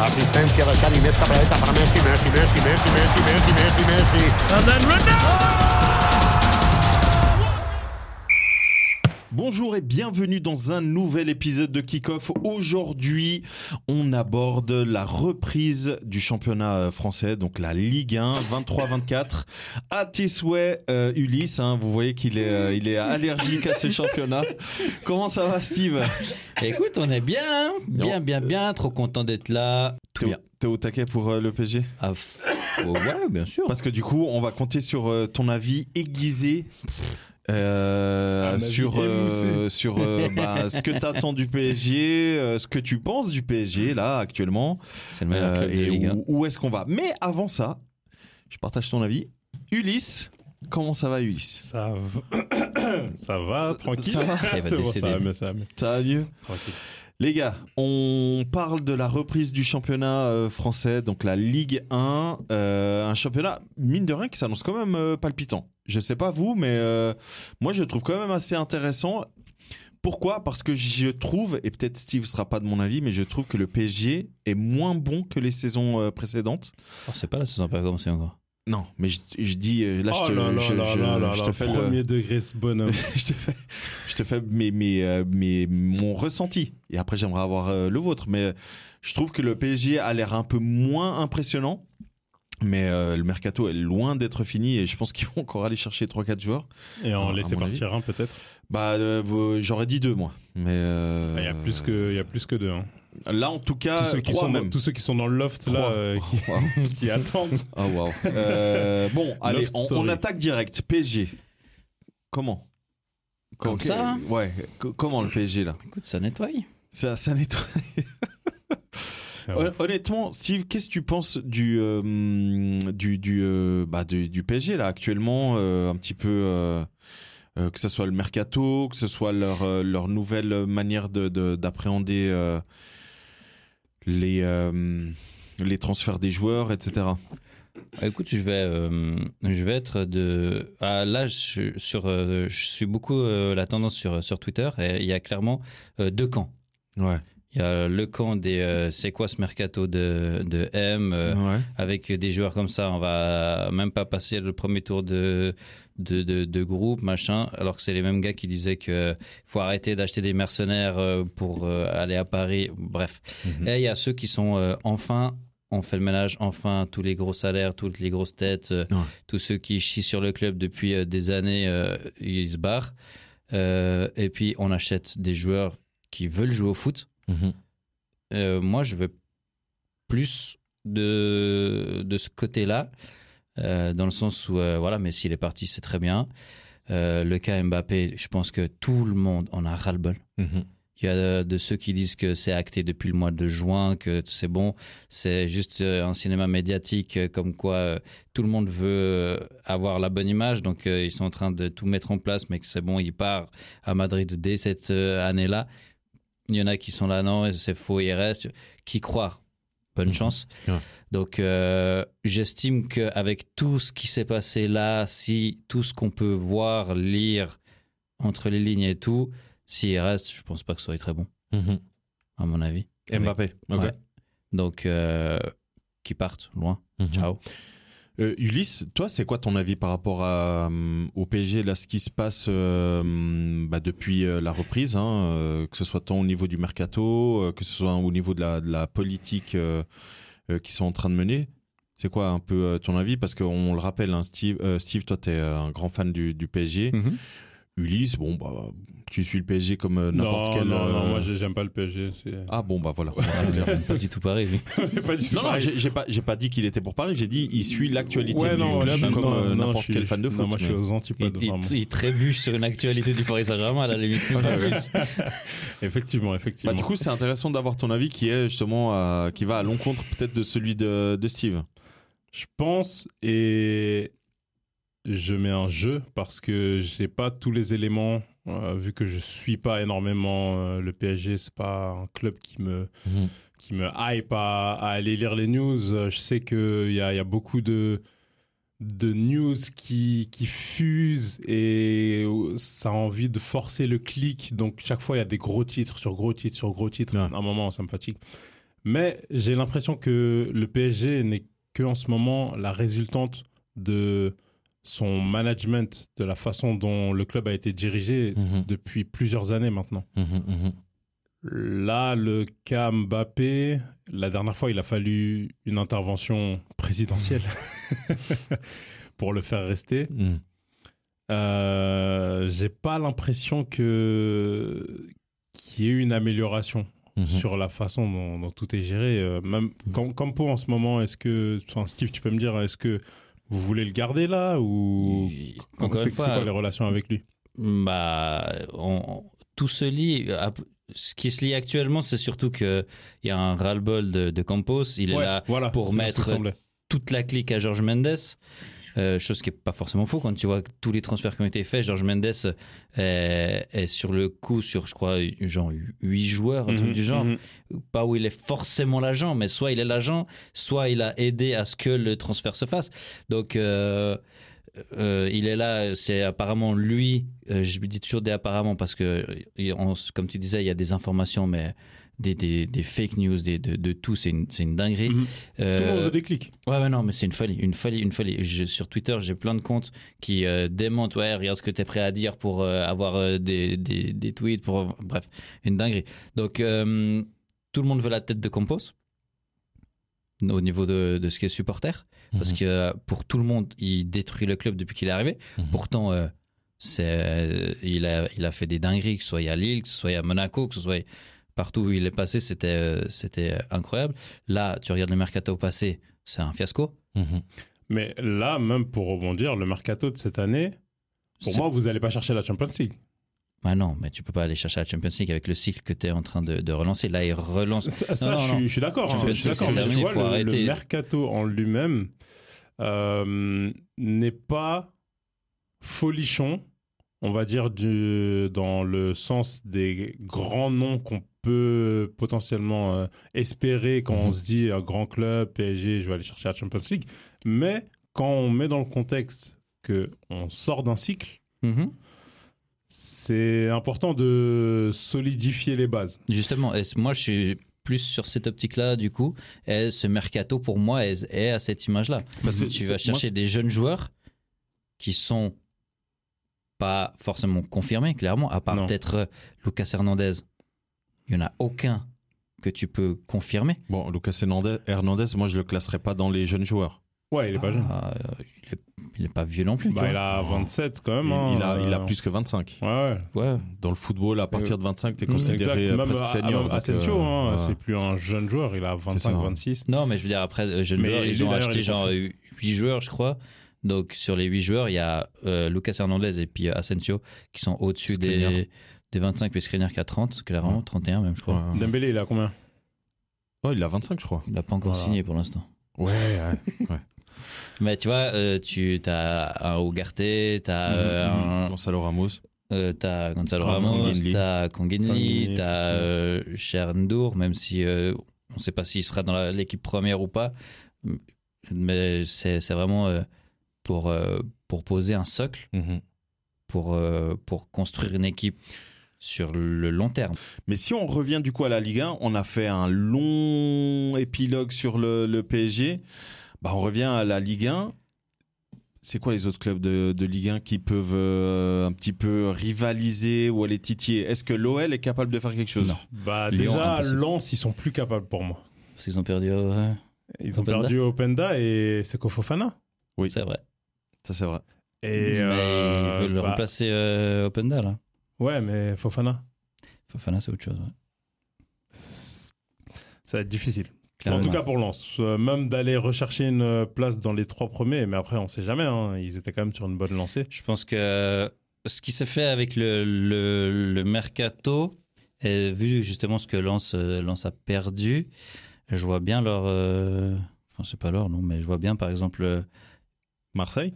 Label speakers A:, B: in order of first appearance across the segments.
A: Asistencia de Xavi, més cap a la dreta per Messi, Messi, Messi, Messi, Messi, Messi, Messi, Messi.
B: And then Ronaldo!
C: Bonjour et bienvenue dans un nouvel épisode de Kickoff. Aujourd'hui, on aborde la reprise du championnat euh, français, donc la Ligue 1, 23-24. À tes souhaits, euh, Ulysse, hein, vous voyez qu'il est, euh, il est allergique à ce championnat. Comment ça va, Steve
D: Eh, Écoute, on est bien, hein bien, bien, bien, trop content d'être là. Tout
C: T'es au-
D: bien.
C: T'es au taquet pour euh, le PSG
D: Ah, f- oh, ouais, bien sûr.
C: Parce que du coup, on va compter sur euh, ton avis aiguisé. euh,
E: Ah, Un avis
C: sur euh,
E: émoussé.
C: sur euh, bah, ce que t'attends du PSG, euh, ce que tu penses du PSG là actuellement,
D: C'est le meilleur
C: euh,
D: club de
C: et
D: Ligue hein. 1.
C: où, où est-ce qu'on va. Mais avant ça, je partage ton avis. Ulysse, comment ça va Ulysse
E: Ça va, ça va tranquille.
C: Ça va
D: Elle va
E: C'est bon, ça
D: décéder.
E: va mieux, ça va mieux.
C: Ça va mieux
E: Tranquille.
C: Les gars, on parle de la reprise du championnat euh, français, donc la Ligue 1, euh, un championnat, mine de rien, qui s'annonce quand même euh, palpitant. Je sais pas vous, mais euh, moi je le trouve quand même assez intéressant. Pourquoi Parce que je trouve, et peut-être Steve sera pas de mon avis, mais je trouve que le PSG est moins bon que les saisons euh, précédentes.
D: Oh, c'est pas la saison pas commencé encore.
C: Non, mais je, je dis, euh, là
E: oh
C: je te-
E: là là
C: je-
E: là
C: je-
E: là là
C: je te
E: là,
C: fais le-
E: premier degré ce bonhomme.
C: je te fais, je te fais mes, mes, euh, mes- mon ressenti. Et après, j'aimerais avoir euh, le vôtre. Mais je trouve que le PSG a l'air un peu moins impressionnant. Mais euh, le mercato est loin d'être fini et je pense qu'ils vont encore aller chercher 3-4 joueurs.
E: Et en
C: À
E: laisser
C: mon
E: partir un peut-être.
C: Bah, euh, vous- j'aurais dit deux, moi. Mais euh,
E: Il Bah, y a plus que, il y a plus que deux. hein.
C: Là, en tout
E: tous,
C: cas,
E: ceux qui
C: trois
E: sont dans,
C: même.
E: tous ceux qui sont dans le loft là,
C: Trois.
E: euh, qui,
C: Wow.
E: qui attendent.
C: Oh, wow. Euh, bon, allez, on,
E: story.
C: on attaque direct. PSG. Comment
D: Comme
C: Ok,
D: ça hein
C: Ouais. Co- comment le PSG là
D: Écoute, ça nettoie.
C: Ça, ça nettoie. Hon- Honnêtement, Steve, qu'est-ce que tu penses du euh, du du, euh, bah, du du PSG là actuellement euh, un petit peu euh, euh, que ce soit le mercato, que ce soit leur euh, leur nouvelle manière de de- d'appréhender euh, les euh, les transferts des joueurs, etc.
D: Ah, Écoute, je vais, euh, je vais être de. Ah, là, je suis, sur, euh, je suis beaucoup euh, la tendance sur, sur Twitter et il y a clairement euh, deux camps.
C: Ouais.
D: Il y a le camp des euh, c'est quoi ce mercato de, de M euh,
C: ouais.
D: avec des joueurs comme ça, on va même pas passer le premier tour de, de, de, de groupe, machin, alors que c'est les mêmes gars qui disaient que faut arrêter d'acheter des mercenaires euh, pour euh, aller à Paris, bref.
C: Mhm.
D: Et il y a ceux qui sont euh, enfin, on fait le ménage, enfin, tous les gros salaires, toutes les grosses têtes, euh,
C: Ouais.
D: tous ceux qui chient sur le club depuis euh, des années, euh, ils se barrent. Euh, et puis on achète des joueurs qui veulent jouer au foot.
C: Mhm.
D: Euh, moi, je veux plus de, de ce côté-là, euh, dans le sens où, euh, voilà, Messi, il est parti, c'est très bien. Euh, le cas Mbappé, je pense que tout le monde en a ras-le-bol.
C: Mhm.
D: Il y a euh, de ceux qui disent que c'est acté depuis le mois de juin, que c'est bon, c'est juste euh, un cinéma médiatique euh, comme quoi euh, tout le monde veut euh, avoir la bonne image, donc euh, ils sont en train de tout mettre en place, mais que c'est bon, il part à Madrid dès cette euh, année-là. Il y en a qui sont là, non, c'est faux, il reste. Qui croire Bonne chance.
C: Ouais.
D: Donc euh, j'estime qu'avec tout ce qui s'est passé là, si tout ce qu'on peut voir, lire entre les lignes et tout, s'il reste, je pense pas que ce soit très bon,
C: Mhm.
D: à mon avis.
C: Mbappé. ok.
D: Ouais. Donc, qui partent loin.
C: Mhm.
D: Ciao.
C: Euh, Ulysse, toi, c'est quoi ton avis par rapport à, euh, au PSG, là, ce qui se passe euh, bah, depuis euh, la reprise, hein, euh, que ce soit tant au niveau du mercato, euh, que ce soit au niveau de la, de la politique euh, euh, qu'ils sont en train de mener C'est quoi un peu euh, ton avis Parce qu'on le rappelle, hein, Steve, euh, Steve, toi, tu es un grand fan du, du PSG.
E: Mm-hmm.
C: Ulysse, bon, bah, tu suis le PSG comme euh, n'importe
E: non,
C: quel.
E: non, non,
C: euh,
E: moi j'ai- j'aime pas le PSG. c'est-
C: Ah bon, bah voilà.
D: Pas du tout pareil, lui.
E: J'ai pas du tout
C: Non, non,
E: pareil.
C: j'ai j'ai pas, j'ai pas dit qu'il était pour Paris, j'ai dit il suit l'actualité
E: Ouais,
C: du
E: non,
C: club
E: je suis-
C: comme
E: non,
C: euh,
E: non,
C: n'importe
E: je
C: quel
E: suis-
C: fan de foot.
E: Non, moi je suis
C: mais-
E: aux
D: Il,
E: antipodes.
D: il-
E: vraiment.
D: il trébuche sur une actualité du Paris Saint-Germain, à la limite. même pas plus.
E: Effectivement, effectivement.
C: Bah, du coup, c'est intéressant d'avoir ton avis qui est justement à- qui va à l'encontre peut-être de celui de, de Steve.
E: Je pense et je mets un jeu parce que j'ai pas tous les éléments euh, vu que je suis pas énormément euh, le PSG, c'est pas un club qui me
C: Mhm.
E: qui me hype à, à aller lire les news. Euh, Je sais que il y a, il y a beaucoup de de news qui, qui fusent et ça a envie de forcer le clic. Donc chaque fois, il y a des gros titres sur gros titres sur gros titres.
C: Ouais.
E: À un moment, ça me fatigue. Mais j'ai l'impression que le PSG n'est que en ce moment la résultante de son management, de la façon dont le club a été dirigé
D: Mm.
C: Mhm.
E: depuis plusieurs années maintenant.
C: Mhm, mhm.
E: Là, le cas Mbappé, la dernière fois, il a fallu une intervention présidentielle pour le faire rester.
C: Mhm.
E: Euh, j'ai pas l'impression que qu'il y ait eu une amélioration
C: Mhm.
E: sur la façon dont, dont tout est géré. Euh, même
D: Mhm.
E: comme, comme pour en ce moment, est-ce que, enfin, Steve, tu peux me dire, est-ce que vous voulez le garder là ou
D: Il-
E: comment
D: Encore
E: c'est
D: une
E: c'est quoi
D: fois,
E: les relations avec lui
D: bah, on- on- tout se lie. à- Ce qui se lie actuellement, c'est surtout qu'il y a un ras-le-bol de, de Campos. Il
E: Ouais,
D: est là
E: voilà,
D: pour
E: c'est bien ce qui
D: mettre-
E: me semblait.
D: toute la clique à George Mendes. Euh, chose qui n'est pas forcément faux quand tu vois tous les transferts qui ont été faits. George Mendes est, est sur le coup sur, je crois, genre 8 joueurs, un truc
E: Mhm,
D: du genre.
E: mhm.
D: Pas où il est forcément l'agent, mais soit il est l'agent, soit il a aidé à ce que le transfert se fasse. Donc, euh, euh, il est là, c'est apparemment lui, euh, je lui dis toujours des apparemment parce que, euh, il- on s- comme tu disais, il y a des informations, mais des, des- des fake news, des- de, de tout, c'est une, c'est une dinguerie.
E: Mhm. Tout le monde
D: Euh,
E: a des clics.
D: Ouais, ouais, non, mais c'est une folie, une folie, une folie. Je- sur Twitter, j'ai plein de comptes qui euh, démentent. Ouais, regarde ce que t'es prêt à dire pour euh, avoir euh, des, des, des tweets, pour bref, une dinguerie. Donc, euh, tout le monde veut la tête de Compos au niveau de, de ce qui est supporter, parce
C: Mhm.
D: que euh, pour tout le monde, il détruit le club depuis qu'il est arrivé.
C: Mhm.
D: Pourtant, euh, c'est, euh, il, a, il a fait des dingueries, que ce soit à Lille, que ce soit à Monaco, que ce soit partout où il est passé, c'était, euh, c'était incroyable. Là, tu regardes le mercato passé, c'est un fiasco.
E: Mm-hmm.
C: Mhm.
E: Mais là, même pour rebondir, le mercato de cette année, pour
D: C'est-
E: moi, vous n'allez pas chercher la Champions League.
D: Ah non, mais tu peux pas aller chercher la Champions League avec le cycle que tu es en train de, de relancer. Là, il relance.
E: Ça, ça,
D: non,
E: je,
D: non.
E: Suis, je suis d'accord.
D: Tu
E: hein,
D: peux-
E: je suis
D: c'est-
E: d'accord,
D: c'est
E: mais tu
D: terminé,
E: vois,
D: faut
E: le, le
D: arrêter.
E: mercato en lui-même euh, n'est pas folichon, on va dire, du, dans le sens des grands noms qu'on peut potentiellement euh, espérer quand on
C: Mhm.
E: se dit un grand club, PSG, je vais aller chercher la Champions League. Mais quand on met dans le contexte que on sort d'un cycle,
D: Mhm.
E: c'est important de solidifier les bases.
D: Justement, et c- moi, je suis plus sur cette optique-là, du coup. Et ce mercato, pour moi, est, est à cette image-là.
E: Ah,
C: Parce que
D: Tu
C: c'est-
D: vas chercher
C: Mmh. moi,
D: des jeunes joueurs qui sont pas forcément confirmés, clairement, à part
E: Non.
D: peut-être euh, Lucas Hernandez. Il y en a aucun que tu peux confirmer.
C: c'est- Bon, Lucas Hernandez- Hernandez, moi, je le classerais pas dans les jeunes joueurs.
E: Ouais, il est pas jeune.
D: Ah, euh, il, est, il est pas vieux non plus. tu
E: Bah,
D: vois.
E: il a 27 quand même.
C: Il,
E: hein,
C: il a, il a
E: euh,
C: plus que 25.
E: Ouais, ouais.
D: Ouais.
C: Dans le football, à partir de 25, tu es
E: Mmh, exact.
C: considéré euh,
E: Même
C: presque
E: à-
C: senior.
E: même
C: donc,
E: Asensio,
C: euh,
E: hein,
C: voilà.
E: c'est plus un jeune joueur, il a
C: ça. hein.
E: 25-26.
D: Non, mais je veux dire, après, euh, jeunes
E: Mais
D: joueurs,
E: lui,
D: ils ont
E: d'ailleurs, il
D: acheté
E: est
D: genre 8 joueurs, je crois. Donc, sur les 8 joueurs, il y a euh, Lucas Hernandez et puis euh, Asensio qui sont au-dessus
C: Skriniar.
D: des, des 25, puis Skriniar qui a 30, clairement, 31 même, je crois.
C: Ouais.
E: Dembélé, il a combien
C: Oh, il a 25, je crois.
D: Il n'a pas encore
E: Voilà.
D: signé pour l'instant.
C: Ouais,
D: Mais tu vois, euh, tu as un
E: Mm-hmm,
D: euh, Ougarté, tu as
C: Mmh. Gonzalo Ramos.
D: Euh, Gonzalo
E: Kong-
D: Ramos,
C: Konginli.
D: tu as
E: Konginli,
D: Konginli, tu as Chernour, euh, même si euh, on ne sait pas s'il sera dans la- l'équipe première ou pas. Mais c'est c'est vraiment euh, pour, euh, pour poser un socle.
C: Mhm.
D: pour, euh, pour construire une équipe sur le long terme.
C: Mais si on revient du coup à la Ligue 1, on a fait un long épilogue sur le, le PSG. Bah, on revient à la Ligue 1. C'est quoi les autres clubs de, de Ligue 1 qui peuvent euh, un petit peu rivaliser ou aller titiller Est-ce que l'OL est capable de faire quelque chose
E: Bah,
D: Lyon,
E: déjà,
D: impossible.
E: Lens, ils sont plus capables pour moi.
D: Parce qu'ils ont perdu. euh,
E: Ils ont
D: Openda
E: perdu Openda et Seko Fofana.
C: Oui.
D: C'est vrai.
C: Ça, c'est vrai.
E: Et,
D: Mais
E: euh,
D: ils veulent le
E: bah,
D: remplacer euh, Openda, là.
E: Ouais, mais Fofana,
D: Fofana, c'est autre chose. ouais.
E: c'est- ça va être difficile. En
D: Clairement.
E: tout cas pour Lens. Euh, Même d'aller rechercher une euh, place dans les trois premiers, mais après, on sait jamais. hein, Ils étaient quand même sur une bonne lancée.
D: Je pense que ce qui s'est fait avec le, le, le mercato, et vu justement ce que Lens, euh, Lens a perdu, je vois bien leur. euh, Enfin, c'est pas leur, non, mais je vois bien, par exemple. euh,
C: Marseille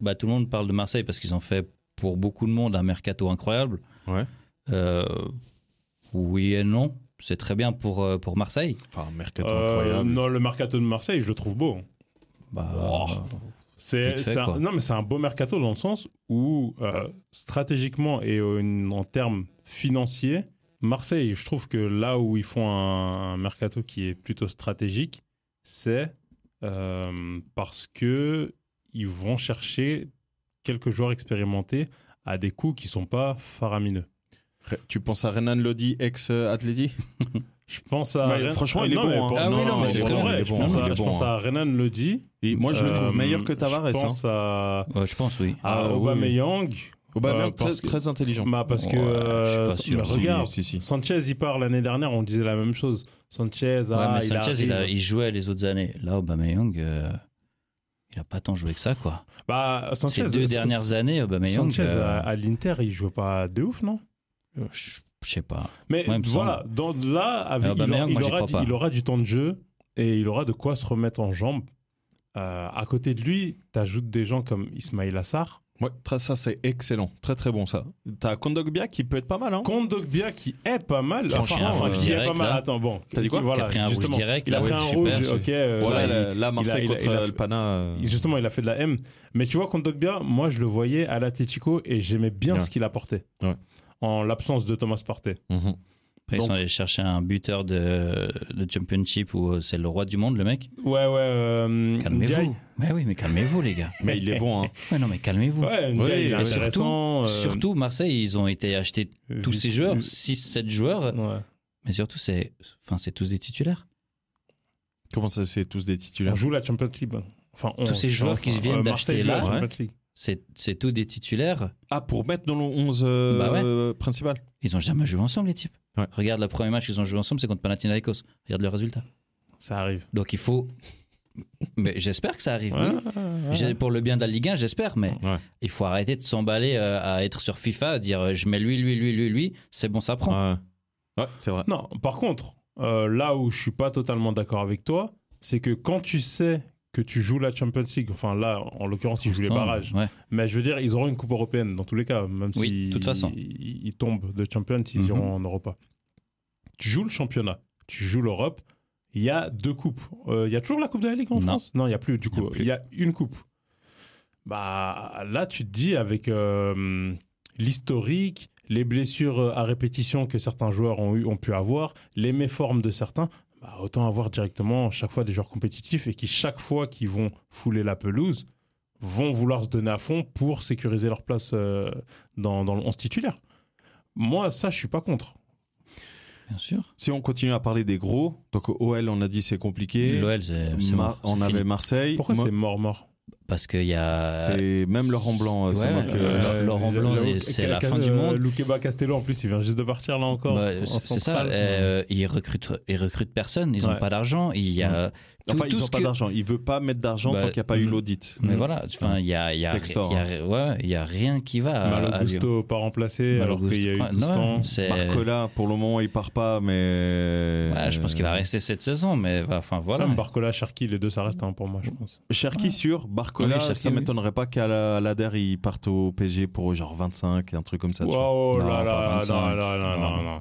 D: bah, tout le monde parle de Marseille parce qu'ils ont fait pour beaucoup de monde un mercato incroyable.
C: Ouais.
D: Euh, oui et non. C'est très bien pour, euh, pour Marseille.
C: Enfin, mercato
E: Euh,
C: incroyable.
E: non, le mercato de Marseille, je le trouve beau. hein.
D: Bah,
C: Oh.
E: Wow. C'est
D: Vite fait,
E: c'est un-
D: quoi.
E: non mais c'est un beau mercato dans le sens où euh, stratégiquement et en, en termes financiers, Marseille, je trouve que là où ils font un, un mercato qui est plutôt stratégique, c'est euh, parce que ils vont chercher quelques joueurs expérimentés à des coûts qui sont pas faramineux.
C: Re- Tu penses à Renan Lodi, ex-Atleti
E: Je pense à
C: Ouais,
E: Renan-
C: franchement,
E: Ah,
C: il est
E: non,
C: bon,
E: mais
C: hein.
E: pour-
D: Ah oui, non, mais
E: pour
D: c'est
E: de
D: très
E: vrai,
C: bon, il est
E: Je
C: bon,
E: pense,
C: hein, il
E: à,
C: est
E: je pense
C: bon,
E: à Renan Lodi.
C: Et Moi, je le
E: Euh,
C: trouve meilleur que Tavares.
E: Je
C: hein.
E: pense à,
D: Ouais, je pense, oui.
E: à
C: Ah, oui, oui.
E: Aubameyang.
C: Aubameyang,
E: euh,
C: très,
E: parce que-
C: très intelligent.
E: Bah, parce que
D: Ouais, je suis pas
E: euh,
D: sûr.
E: mais
C: Si,
E: regarde,
C: si, si.
E: Sanchez, il part l'année dernière, on disait la même chose. Sanchez, ah,
D: ouais, mais
E: il
D: Sanchez, il, a-
E: arrive.
D: il jouait les autres années. Là, Aubameyang, euh, il a pas tant joué que ça, quoi.
E: Bah, Sanchez,
D: Ces deux dernières années, Aubameyang,
E: Sanchez à,
D: euh,
E: à l'Inter, il joue pas de ouf, non
D: je je sais pas.
E: Mais
D: Ouais, il me
E: voilà, dans, là, avec,
D: Ah,
E: il, aura,
D: Aubameyang, moi,
E: il
D: j'y
E: aura
D: crois
E: du,
D: pas.
E: il aura du temps de jeu et il aura de quoi se remettre en jambe. Euh, à côté de lui, t'ajoutes des gens comme Ismail Assar.
C: Ouais, très- ça, c'est excellent. Très, très bon, ça. T'as Kondogbia qui peut être pas mal. Hein
E: Kondogbia qui est pas mal.
D: Qui enchaîne un
E: non,
D: rouge
E: je dis est
D: direct,
E: pas mal.
D: là.
E: Attends, bon.
C: T'as dit quoi
E: Voilà,
D: Qui a pris un rouge
E: justement.
D: direct,
E: Il a
D: là,
E: pris
D: ouais,
E: un
D: super,
E: rouge,
D: c'est-
E: ok. euh,
C: Voilà,
E: il-
C: la, la Marseille
E: il a- il a-
C: contre
E: il a fait-
C: le Pana. euh,
E: Justement, il a fait de la M. Mais tu vois, Kondogbia, moi, je le voyais à l'Atletico et j'aimais bien
C: Ouais.
E: ce qu'il apportait.
C: Ouais.
E: En l'absence de Thomas Partey.
C: mhm.
D: Après, ils
E: Donc-
D: sont allés chercher un buteur de, de Championship où euh, c'est le roi du monde, le mec.
E: Ouais, ouais. euh, Ndiaye.
D: Calmez-vous. Mais oui, mais calmez-vous, les gars.
C: Mais il est bon. hein.
D: Ouais, non, mais calmez-vous.
E: Ouais,
C: Oui,
E: Ndiaye, il est
C: et
D: surtout-
E: intéressant. euh,
D: Surtout, Marseille, ils ont été achetés tous
E: Vit-
D: ces joueurs, 6-7 joueurs.
E: Ouais.
D: Mais surtout, c'est enfin, c'est tous des titulaires.
C: Comment ça, c'est tous des titulaires
E: On joue la Champions League. Enfin, on-
D: Tous ces joueurs qui
E: enfin,
D: viennent
E: euh,
D: d'acheter
E: Marseille joue la
D: là,
E: Champions League.
D: C'est c'est tous des titulaires.
C: Ah, pour mettre dans le 11
D: Bah ouais.
C: principal
D: Ils ont jamais joué ensemble, les types.
C: Ouais.
D: Regarde, le premier match qu'ils ont joué ensemble, c'est contre Panathinaikos. Regarde le résultat.
E: Ça arrive.
D: Donc, il faut. Mais j'espère que ça arrive.
E: Ouais,
D: oui.
E: ouais, ouais.
D: J'ai- Pour le bien de la Ligue 1, j'espère, mais
C: Ouais.
D: il faut arrêter de s'emballer euh, à être sur FIFA, à dire euh, je mets lui, lui, lui, lui, lui, c'est bon, ça prend.
C: Ouais, c'est vrai.
E: Non, par contre, euh, là où je suis pas totalement d'accord avec toi, c'est que quand tu sais que tu joues la Champions League, enfin là, en l'occurrence, ils jouent les
D: Putain,
E: barrages.
D: ouais.
E: Mais je veux dire, ils auront une Coupe européenne dans tous les cas, même
D: Oui,
E: si
D: de toute façon.
E: ils, ils tombent de Champions, ils
D: Mhm.
E: iront en Europa. Tu joues le championnat, tu joues l'Europe. Il y a deux coupes. Euh, Il y a toujours la Coupe de la Ligue en
D: Non.
E: France Non, il n'y a plus. Du
D: Il y a
E: coup,
D: plus.
E: il y a une coupe. Bah là, tu te dis avec euh, l'historique, les blessures euh, à répétition que certains joueurs ont eu, ont pu avoir, les méformes de certains. Bah, autant avoir directement chaque fois des joueurs compétitifs et qui chaque fois qu'ils vont fouler la pelouse vont vouloir se donner à fond pour sécuriser leur place euh, dans, dans le 11 titulaire. Moi, ça, je suis pas contre.
D: Bien sûr.
C: Si on continue à parler des gros, donc OL, on a dit c'est compliqué.
D: L'OL, c'est c'est
C: Mar-
D: mort,
C: on
D: c'est
C: avait
D: fini.
C: Marseille.
E: Pourquoi
C: Moi,
E: c'est mort-mort
D: Parce qu'il y a.
C: c'est même Laurent Blanc, euh, c'est
D: Ouais,
C: moi
D: ouais.
C: que-
D: Euh, Laurent Blanc,
E: j'avoue,
D: c'est la
E: Ca-
D: fin du monde.
E: Luqueba Castello, en plus, il vient juste de partir là encore.
D: Bah,
E: en
D: c'est c'est ça,
E: centrale.
D: euh, ils, recrutent, ils recrutent personne, ils n'ont
E: Ouais.
D: pas d'argent, il y a. tout-
C: Enfin,
D: tout
C: ils n'ont
D: ce
C: pas
D: que-
C: d'argent. Il ne veut pas mettre d'argent
D: Bah,
C: tant qu'il n'y a pas eu
E: mm.
C: l'audit.
D: Mais voilà, enfin, il y a, il y, a, il y,
C: Textor.
E: hein.
D: a- ouais, il y a rien qui va. à- à Lyon.
E: Malogusto pas remplacé, alors
D: Malogusto,
E: qu'il y a eu
D: enfin,
E: tout ce
D: non,
E: temps.
D: c'est-
C: Marcola, pour le moment, il part pas, mais.
D: Ouais, je pense qu'il va rester cette saison, mais bah, enfin voilà.
E: Même Barcola, Cherki, les deux, ça reste un pour moi, je pense.
C: Cherki sûr, Barcola,
D: Non, mais Cherki,
C: ça
D: oui.
C: m'étonnerait pas qu'à la, à la DER, il parte au PSG pour genre 25, un truc comme ça. tu vois.
E: Waouh, oh
D: Non,
E: là
D: pas
E: là,
D: 25.
E: non, non, non, non, non.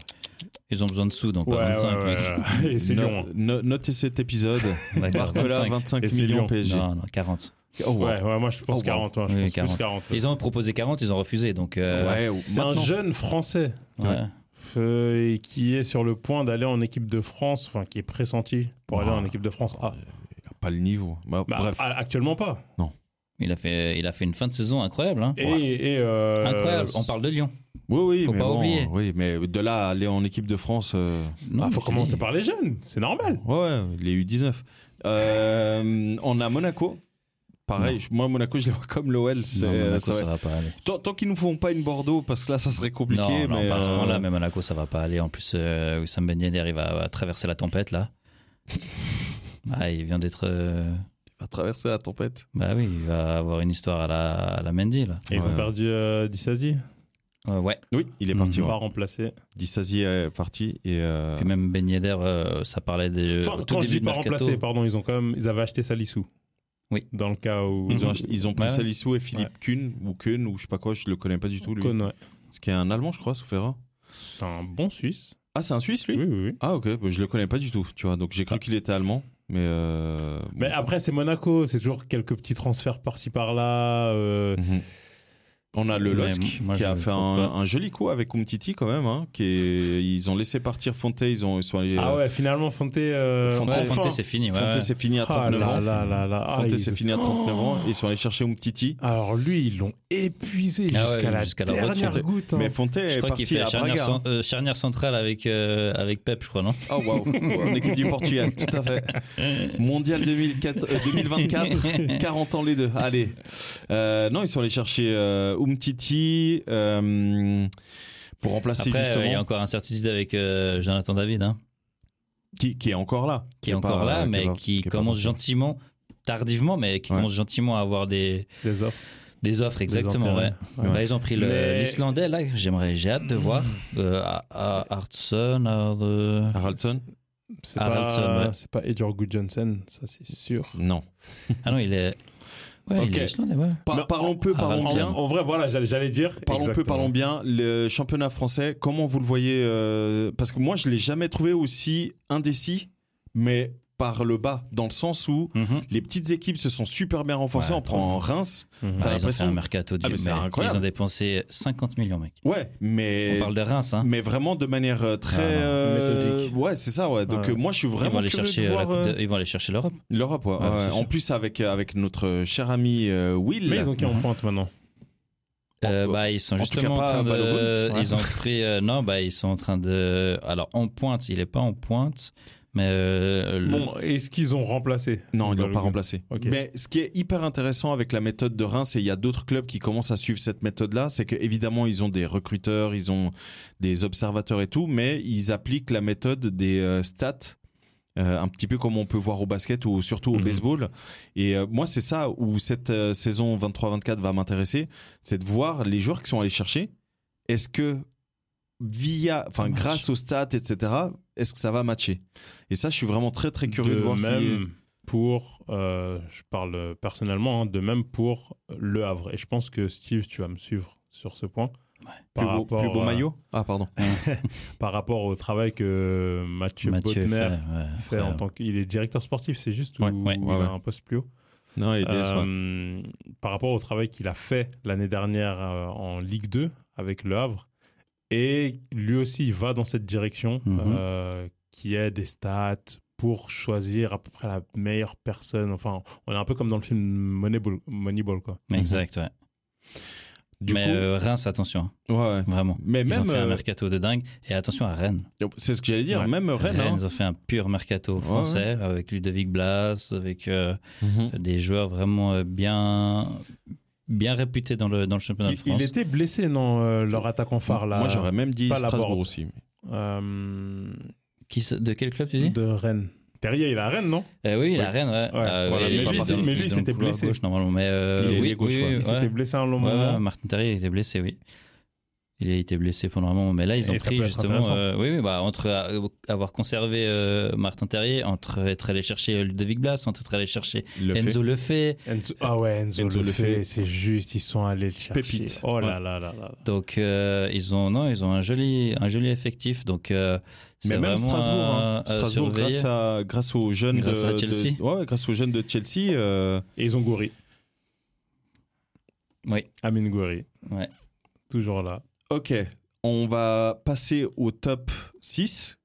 D: Ils ont besoin de sous, donc
E: Ouais,
D: pas 25.
E: ouais,
D: mec.
E: ouais, ouais. Et c'est
C: No-
E: Lyon. hein.
C: no- notez cet épisode.
D: D'accord,
C: Barcola,
D: 25.
C: 25
E: Et c'est
C: millions
E: Lyon.
C: PSG.
D: Non, non, 40.
C: Oh, wow.
E: Ouais, ouais, moi je pense
C: wow.
E: 40, ouais, je
D: Oui,
E: pense
D: 40.
E: plus 40.
D: Ils ont proposé 40, ils ont refusé, donc. euh,
C: Ouais, ou-
E: C'est un
C: maintenant.
E: jeune français
D: ouais.
C: Ouais.
E: euh, et qui est sur le point d'aller en équipe de France, enfin qui est pressenti pour aller
C: Ah.
E: en équipe de France. Ah,
C: Il a Pas le niveau. Bah,
E: bah,
C: bref.
D: ah,
E: a- actuellement pas.
D: Il a fait, il a fait une fin de saison incroyable. hein.
E: Et, et, euh, Ah,
D: Incroyable. On parle de Lyon.
C: Oui, oui,
D: Faut
C: mais
D: pas
C: bon,
D: oublier.
C: Oui, mais de là à aller en équipe de France, euh,
D: Non,
E: Ah, faut
D: je
E: commencer
D: dis.
E: par les jeunes, c'est normal.
C: ouais, ouais, les U19. Euh, on a Monaco. Pareil, je- moi, Monaco, je les vois comme l'OL. c'est-
D: Non,
E: euh,
D: Monaco,
C: ça va
D: ça va pas aller.
C: Tant, tant qu'ils nous font pas une Bordeaux, parce que là, ça serait compliqué.
D: non, non,
C: mais
D: pas à ce
C: euh,
D: moment-là, mais Monaco, ça va pas aller. En plus, euh, Oussam Ben Yedder, il va, va traverser la tempête, là. Ah, il vient d'être. euh,
C: il va traverser la tempête.
D: Bah oui, il va avoir une histoire à la, à la Mendy, là.
E: Et Ils
C: Ouais.
E: ont perdu euh, Dissasi,
D: Euh, ouais.
C: Oui, il est parti.
E: pas
C: ouais.
D: Euh,
E: remplacé.
C: Dissasi est parti et euh,
D: Puis même Ben Yedder, euh, ça parlait des.
E: Ah. Enfin,
D: au tout
E: quand je
D: début
E: dis
D: de
E: pas
D: mercato.
E: remplacé, pardon, ils ont quand même, ils avaient acheté Salissou.
D: Oui.
E: Dans le cas où
C: ils ont, ach- ils ont pris
D: Ouais.
C: Salissou et Philippe Kuhn ou Kuhn ou je sais pas quoi, je le connais pas du tout lui.
E: Cohn, ouais.
C: Ce qui est un Allemand, je crois, sauf erreur.
E: C'est un bon Suisse.
C: Ah, c'est un Suisse lui.
E: Oui, oui, oui.
C: Ah ok, bah, je le connais pas du tout, tu vois. Donc j'ai cru
D: Ah.
C: qu'il était allemand, mais euh,
E: Mais
C: bon.
E: après, c'est Monaco, c'est toujours quelques petits transferts par-ci par-là. euh,
C: Mhm. On a le
D: Mais
C: LOSC
D: moi,
C: qui
D: je
C: a
D: ne
C: fait un,
D: trouve pas.
C: un joli coup avec Umtiti quand même. hein, qui est- ils ont laissé partir Fonte, ils, ont, ils sont allés.
E: Ah ouais, finalement, Fonte. euh,
C: Fonte,
D: Ouais,
E: enfin.
D: Fonte, c'est fini. ouais,
C: Fonte
D: ouais.
C: c'est fini à
E: Ah
C: 39
E: là
C: ans.
E: là là là. Ah,
C: Fonte
E: ils-
C: c'est fini à 39
D: Oh.
C: ans. Ils sont allés chercher Umtiti.
E: Alors lui, ils l'ont épuisé
D: Ah ouais,
E: jusqu'à la
D: jusqu'à la
E: dernière
D: retraite.
E: goutte. hein.
C: Mais Fonte
D: Je
C: est
D: crois
C: parti
D: qu'il fait
C: à
D: charnière,
C: Braga. hein.
D: cen- euh, charnière centrale avec, euh, avec Pep, je crois, non
C: Oh waouh, en équipe du Portugal, tout à fait. Mondial 2004, euh, 2024, 40 ans les deux. Allez. Euh, non, ils sont allés chercher euh, Umtiti euh, pour remplacer
D: Après, euh, il
C: justement
D: y a encore incertitude avec euh, Jonathan David, hein,
C: qui, qui est encore là,
D: qui est
C: pas-
D: encore là,
C: qui est
D: mais
C: pas-
D: qui,
C: est pas
D: commence
C: parti.
D: gentiment, tardivement, mais qui
C: Ouais.
D: commence gentiment à avoir des,
E: Des offres.
D: des offres, exactement.
E: intérêts.
D: ouais.
E: Ouais.
D: Bah, ils ont pris le-
E: Mais-
D: l'Islandais, là, que j'aimerais, j'ai hâte de
C: Mm.
D: voir. Euh, à- à Hartson, Hard- euh,
C: Haraldson
E: C'est
D: Haraldson,
E: pas,
D: ouais.
E: c'est pas Edgar Goodjohnson, ça c'est sûr.
C: Non.
D: Ah non, il est. Ouais, il
E: Ok.
D: est Islandais, ouais.
C: Par-
E: Mais-
C: parlons peu, parlons
E: En,
C: bien.
E: en vrai, voilà, j'allais, j'allais dire.
C: Parlons peu,
E: exactement.
C: parlons bien. Le championnat français, comment vous le voyez euh, Parce que moi, je l'ai jamais trouvé aussi indécis, mais par le bas, dans le sens où
D: Mhm.
C: les petites équipes se sont super bien renforcées.
D: Ouais,
C: On prend Reims.
E: Mhm.
C: T'as
D: Ah, ils ont fait
C: l'impression
D: un mercato du
C: Ah, mais c'est
D: mais
C: incroyable.
D: Ils ont dépensé 50 millions, mec.
C: Ouais, mais
D: On parle de Reims, hein.
C: mais vraiment de manière euh, très
D: Ah, non.
C: euh,
E: Méthodique.
C: ouais, c'est ça. Ouais. Donc
E: Ouais.
C: euh, moi, je suis vraiment
D: Ils vont aller
C: curieux de
D: chercher euh,
C: voir,
D: la Coupe
C: euh,
D: de- ils vont aller chercher l'Europe.
C: l'Europe. ouais.
D: Ouais,
C: Ouais,
D: c'est
C: en
D: sûr.
C: plus, avec euh, avec notre cher ami euh, Will.
E: Mais ils ont qui en pointe maintenant
D: Euh,
C: En-
D: bah, ils sont
C: en tout
D: justement
C: cas, pas- hein.
D: en train
C: pas
D: de.
C: Balogun. Ouais.
D: Ils ont pris. euh, non, bah, ils sont en train de. Alors, en pointe, il est pas en pointe, mais. euh, le-
E: Bon, est-ce qu'ils ont remplacé
C: Non, ils l'ont pas
E: Balogun
C: remplacé.
E: Ok.
C: Mais ce qui est hyper intéressant avec la méthode de Reims, et il y a d'autres clubs qui commencent à suivre cette méthode-là, c'est qu'évidemment, ils ont des recruteurs, ils ont des observateurs et tout, mais ils appliquent la méthode des euh, stats. euh, un petit peu comme on peut voir au basket ou surtout au
E: Mhm.
C: baseball. Et euh, moi, c'est ça où cette euh, saison 23-24 va m'intéresser, c'est de voir les joueurs qui sont allés chercher. Est-ce que via, enfin
D: Ça match.
C: grâce aux stats, etc., est-ce que ça va matcher Et ça, je suis vraiment très très curieux de,
E: de
C: voir si
E: même pour, euh, je parle personnellement, hein, de même pour euh, Le Havre. Et je pense que Steve, tu vas me suivre sur ce point.
C: plus
E: Par
C: beau,
E: rapport,
C: plus beau
E: euh,
C: maillot. Ah pardon.
E: Par rapport au travail que euh, Mathieu,
D: Mathieu
E: Bodmer
D: Fred, ouais,
E: fait
D: Fred.
E: en tant qu'il est directeur sportif, c'est juste ou
D: Ouais, ouais,
E: il
C: ouais, ouais.
E: a un poste plus haut.
C: Non, il est DS, ouais.
E: Euh, Par rapport au travail qu'il a fait l'année dernière euh, en Ligue 2 avec Le Havre, et lui aussi il va dans cette direction
D: Mhm.
E: euh, qui est des stats pour choisir à peu près la meilleure personne. Enfin, on est un peu comme dans le film Moneyball, Moneyball quoi.
D: Exact, ouais.
C: Du
D: mais
C: coup,
D: euh, Reims, attention, hein,
C: ouais, ouais.
D: vraiment.
C: Mais
D: ils ont
C: même,
D: fait un
C: euh,
D: mercato de dingue. Et attention à Rennes.
C: c'est ce que j'allais dire,
E: Ouais.
C: même Rennes.
D: Rennes,
C: hein.
D: ils ont fait un pur mercato français avec Ludovic Blas, avec euh,
C: Mhm.
D: des joueurs vraiment euh, bien, bien réputés dans le, dans le championnat
E: Il,
D: de
E: il
D: France.
E: était blessé, non, euh, leur attaquant phare là.
C: Moi, j'aurais même dit
E: pas la
C: Strasbourg
E: Borde.
C: aussi. mais-
E: euh,
D: Qui se- de quel club tu dis
E: de Rennes. Terrier, il est à Rennes, non
D: Euh, Oui, la
E: Ouais.
D: Rennes, ouais. Euh,
E: voilà,
D: il est
E: mais
D: pas
E: lui,
D: parti.
E: c'est- mais lui,
D: Dans le
E: c'était
D: couloir
E: blessé.
D: gauche, normalement. Mais euh,
C: Il est
D: oui,
C: ailier gauche,
D: oui,
C: ouais.
D: oui,
E: Il s'était
D: ouais.
E: blessé à un long
D: Ouais,
E: moment.
D: ouais, Martin Terrier il était blessé, oui. Il a été blessé pendant un moment, mais là ils ont
E: Et ça
D: pris
E: peut être
D: justement.
E: intéressant.
D: euh, oui, oui, bah, entre euh, avoir conservé euh, Martin Terrier, entre être allé chercher Ludovic Blas, entre être allé chercher Enzo Lefebvre.
E: Enzo- ah ouais, Enzo,
C: Enzo
E: le
C: le
E: fait,
C: fait.
E: c'est juste, ils sont allés le chercher.
C: Pépite.
E: Oh là
C: Ouais.
E: là là là.
D: Donc euh, ils ont non, ils ont un joli, un joli effectif. Donc euh, c'est
C: Mais même
D: vraiment
C: Strasbourg, hein.
E: euh,
D: à- à
C: Strasbourg
D: surveiller.
C: grâce, à, grâce aux jeunes
D: Grâce
C: de,
D: à
C: de-
D: Chelsea.
C: ouais, grâce aux jeunes de Chelsea. euh,
E: Et ils ont Goury.
D: Oui.
E: Amine Goury.
D: Ouais.
E: Toujours là.
C: Ok, on va passer au top 6.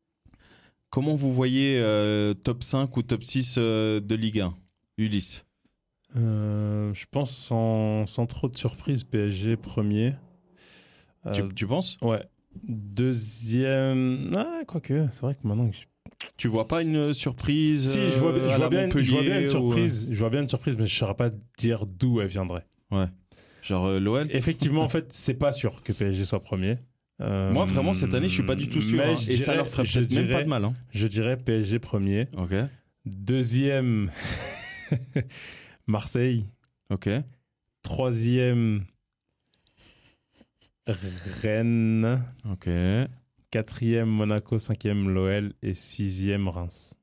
C: Comment vous voyez euh, top 5 ou top 6 euh, de Ligue 1 Ulysse.
E: Euh, je pense sans, sans trop de surprise, PSG premier. Euh,
C: Tu, tu penses
E: Ouais. Deuxième. Ah, quoique, c'est vrai que maintenant que je
C: Tu vois pas une surprise
E: Si, je vois, bien-
C: euh,
E: je
C: à
E: vois
C: la
E: bien, je vois
C: Montpellier
E: bien une
C: ou,
E: surprise, euh, je vois bien une surprise, mais je ne saurais pas dire d'où elle viendrait.
C: euh, Genre euh, l'OL
E: Effectivement, en fait, c'est pas sûr que PSG soit premier. Euh,
C: Moi, vraiment, cette année, je suis pas du tout sûr.
E: mais
C: hein.
E: je
C: Et ça
E: dirais-
C: leur ferait
E: je
C: peut-être même
E: dirais-
C: pas de mal. hein.
E: Je dirais PSG premier.
C: Ok.
E: Deuxième, Marseille.
C: Ok.
E: Troisième, Rennes.
C: Ok.
E: Quatrième, Monaco. Cinquième, l'OL. Et sixième, Reims.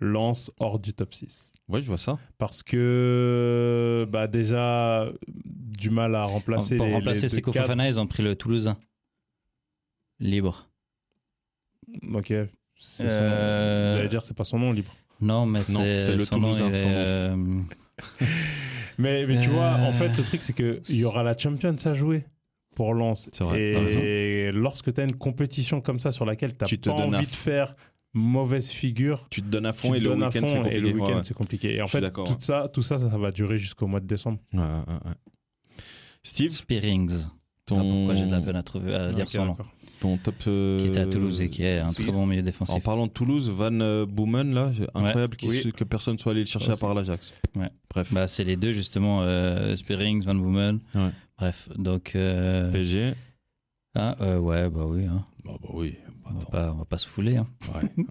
E: Lance hors du top 6.
C: Ouais, je vois ça.
E: parce que bah déjà du mal à remplacer
D: pour
E: les,
D: remplacer
E: les deux
D: Seko
E: cadres.
D: Fofana, ils ont pris le Toulousain libre.
E: Ok. c'est son-
D: Euh,
E: J'allais dire c'est pas son nom libre.
D: Non, mais
C: Non,
D: c'est hein,
C: c'est le
D: son nom,
C: Toulousain,
D: il est,
C: son nom.
D: euh,
E: Mais, mais tu
D: Euh.
E: vois, en fait, le truc, c'est qu'il y aura la Champions à jouer pour Lens.
C: C'est vrai, t'as raison.
E: et lorsque tu as une compétition comme ça sur laquelle t'as
C: Tu te
E: pas
C: donnes à
E: envie de
C: f-
E: faire mauvaise figure,
C: Tu te donnes à
E: tu
C: fond
E: te
C: et le
E: donnes à
C: week-end, c'est
E: fond
C: compliqué.
E: et le
C: Ouais,
E: week-end,
C: ouais.
E: c'est compliqué. Et en
C: Je suis
E: fait,
C: d'accord,
E: tout
C: ouais.
E: ça, tout ça, ça va durer jusqu'au mois de décembre.
C: Ouais, ouais, ouais. Steve,
D: euh, Spearings.
C: ton,
D: Ah, pourquoi j'ai de la peine à, trouver, à dire
E: Ok,
D: son nom.
E: d'accord.
C: ton top. euh,
D: Qui était à Toulouse et qui est un
C: six.
D: très bon milieu
C: En
D: défensif.
C: parlant de Toulouse, Van euh, Boomen, là, j'ai- incroyable qu'il
E: Oui.
C: se- que personne soit allé le chercher
D: Ouais,
C: à part l'Ajax.
D: Ouais.
C: Bref,
D: Bah, c'est les deux, justement, euh, Spearings, Van Boomen.
C: Ouais.
D: Bref, donc. euh,
C: PSG.
D: hein, euh, ouais, bah oui. hein.
C: Bah, bah oui.
D: On, va pas, on va pas se fouler. hein.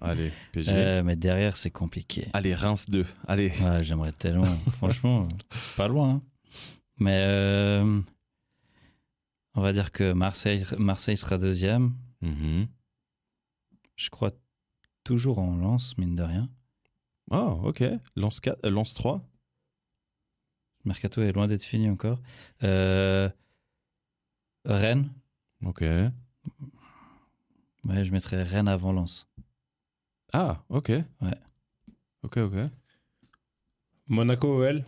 C: Ouais. Allez, PSG.
D: Euh, mais derrière, c'est compliqué.
C: Allez, Reims 2. Allez.
D: Ah, J'aimerais tellement, franchement, pas loin. hein. Mais euh, on va dire que Marseille, Marseille sera deuxième.
C: Mhm.
D: Je crois toujours en lance, mine de rien.
C: Ah, ok. Lance, 4, euh, lance 3.
D: Mercato est loin d'être fini encore. Euh, Rennes,
C: Ok.
D: ouais, je mettrais Rennes avant Lens.
C: Ah, ok. Ok, ok.
E: Monaco OL.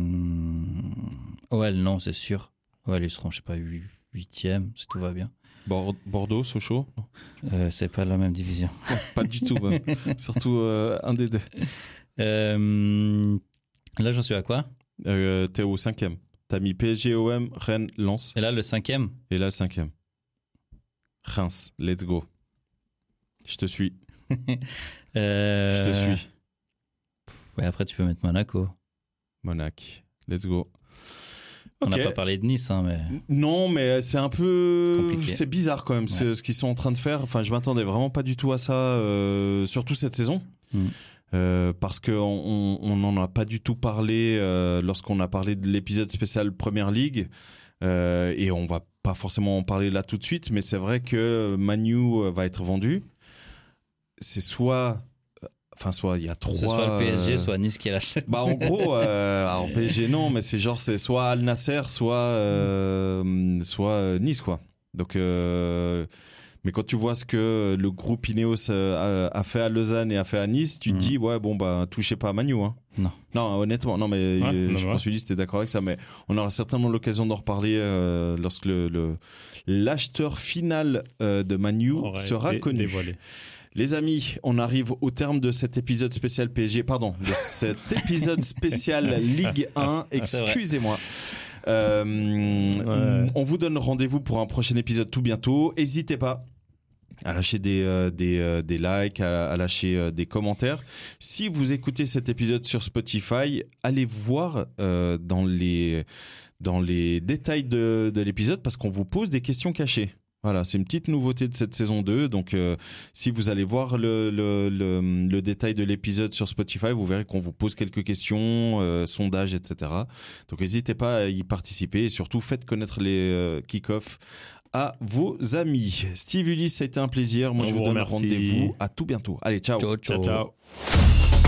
D: Hmm, OL, non, c'est sûr. OL, ils seront, je sais pas, hu- huitième, si tout va bien.
C: Bor- Bordeaux, Sochaux Non,
D: Euh, c'est pas la même division.
C: Pas du tout, hein. même. Surtout euh, un des deux.
D: Euh, là, j'en suis à quoi
C: Euh, T'es au cinquième. T'as mis PSG, OM, Rennes, Lens.
D: Et là, le cinquième
C: Et là, le cinquième. Reims, let's go. Je te suis.
D: Euh,
C: Je te suis.
D: Ouais, après, tu peux mettre Monaco.
C: Monac, let's go.
D: On n'a
C: Ok.
D: pas parlé de Nice, hein, mais.
C: Non, mais c'est un peu.
D: Compliqué.
C: C'est bizarre quand même ce, ce qu'ils sont en train de faire. Enfin, je m'attendais vraiment pas du tout à ça, euh, surtout cette saison.
D: Mm.
C: Euh, parce qu'on on on n'en a pas du tout parlé euh, lorsqu'on a parlé de l'épisode spécial Première Ligue. Euh, et on va pas forcément en parler là tout de suite, mais c'est vrai que Manu euh, va être vendu. C'est soit. euh, Enfin, soit il y a trois.
D: Ce soit le PSG,
C: euh,
D: soit Nice qui l'achète.
C: bah en gros, euh, alors PSG non, mais c'est genre c'est soit Al Nasser, soit euh, soit euh, Nice quoi. Donc, euh, mais quand tu vois ce que le groupe Ineos euh, a, a fait à Lausanne et a fait à Nice, tu te
D: Mhm.
C: dis ouais bon bah touchez pas à Manu hein.
D: Non.
C: Non honnêtement non mais
E: Ouais,
C: euh,
E: non,
C: je
E: mais
C: pense que Ulysse t'es d'accord avec ça mais on aura certainement l'occasion d'en reparler euh, lorsque le le- l'acheteur final euh, de Manu
E: aurait
C: sera
E: dé-
C: connu.
E: Dévoilé.
C: Les amis, on arrive au terme de cet épisode spécial PSG, pardon, de cet épisode spécial Ligue 1,
D: Ah, c'est vrai.
C: excusez-moi. Euh,
E: Ouais.
C: On vous donne rendez-vous pour un prochain épisode tout bientôt. N'hésitez pas à lâcher des, euh, des, euh, des likes, à, à lâcher euh, des commentaires. Si vous écoutez cet épisode sur Spotify, allez voir euh, dans, les, dans les détails de, de l'épisode parce qu'on vous pose des questions cachées. Voilà, c'est une petite nouveauté de cette saison 2. Donc, euh, si vous allez voir le, le, le- le détail de l'épisode sur Spotify, vous verrez qu'on vous pose quelques questions, euh, sondages, etc. Donc n'hésitez pas à y participer et surtout faites connaître les euh, kick-offs à vos amis. Steve Ulysse, ça a été un plaisir. Moi,
E: On
C: je
E: vous
C: vous donne
E: remercie.
C: rendez-vous à tout bientôt. Allez, ciao.
E: Ciao, ciao.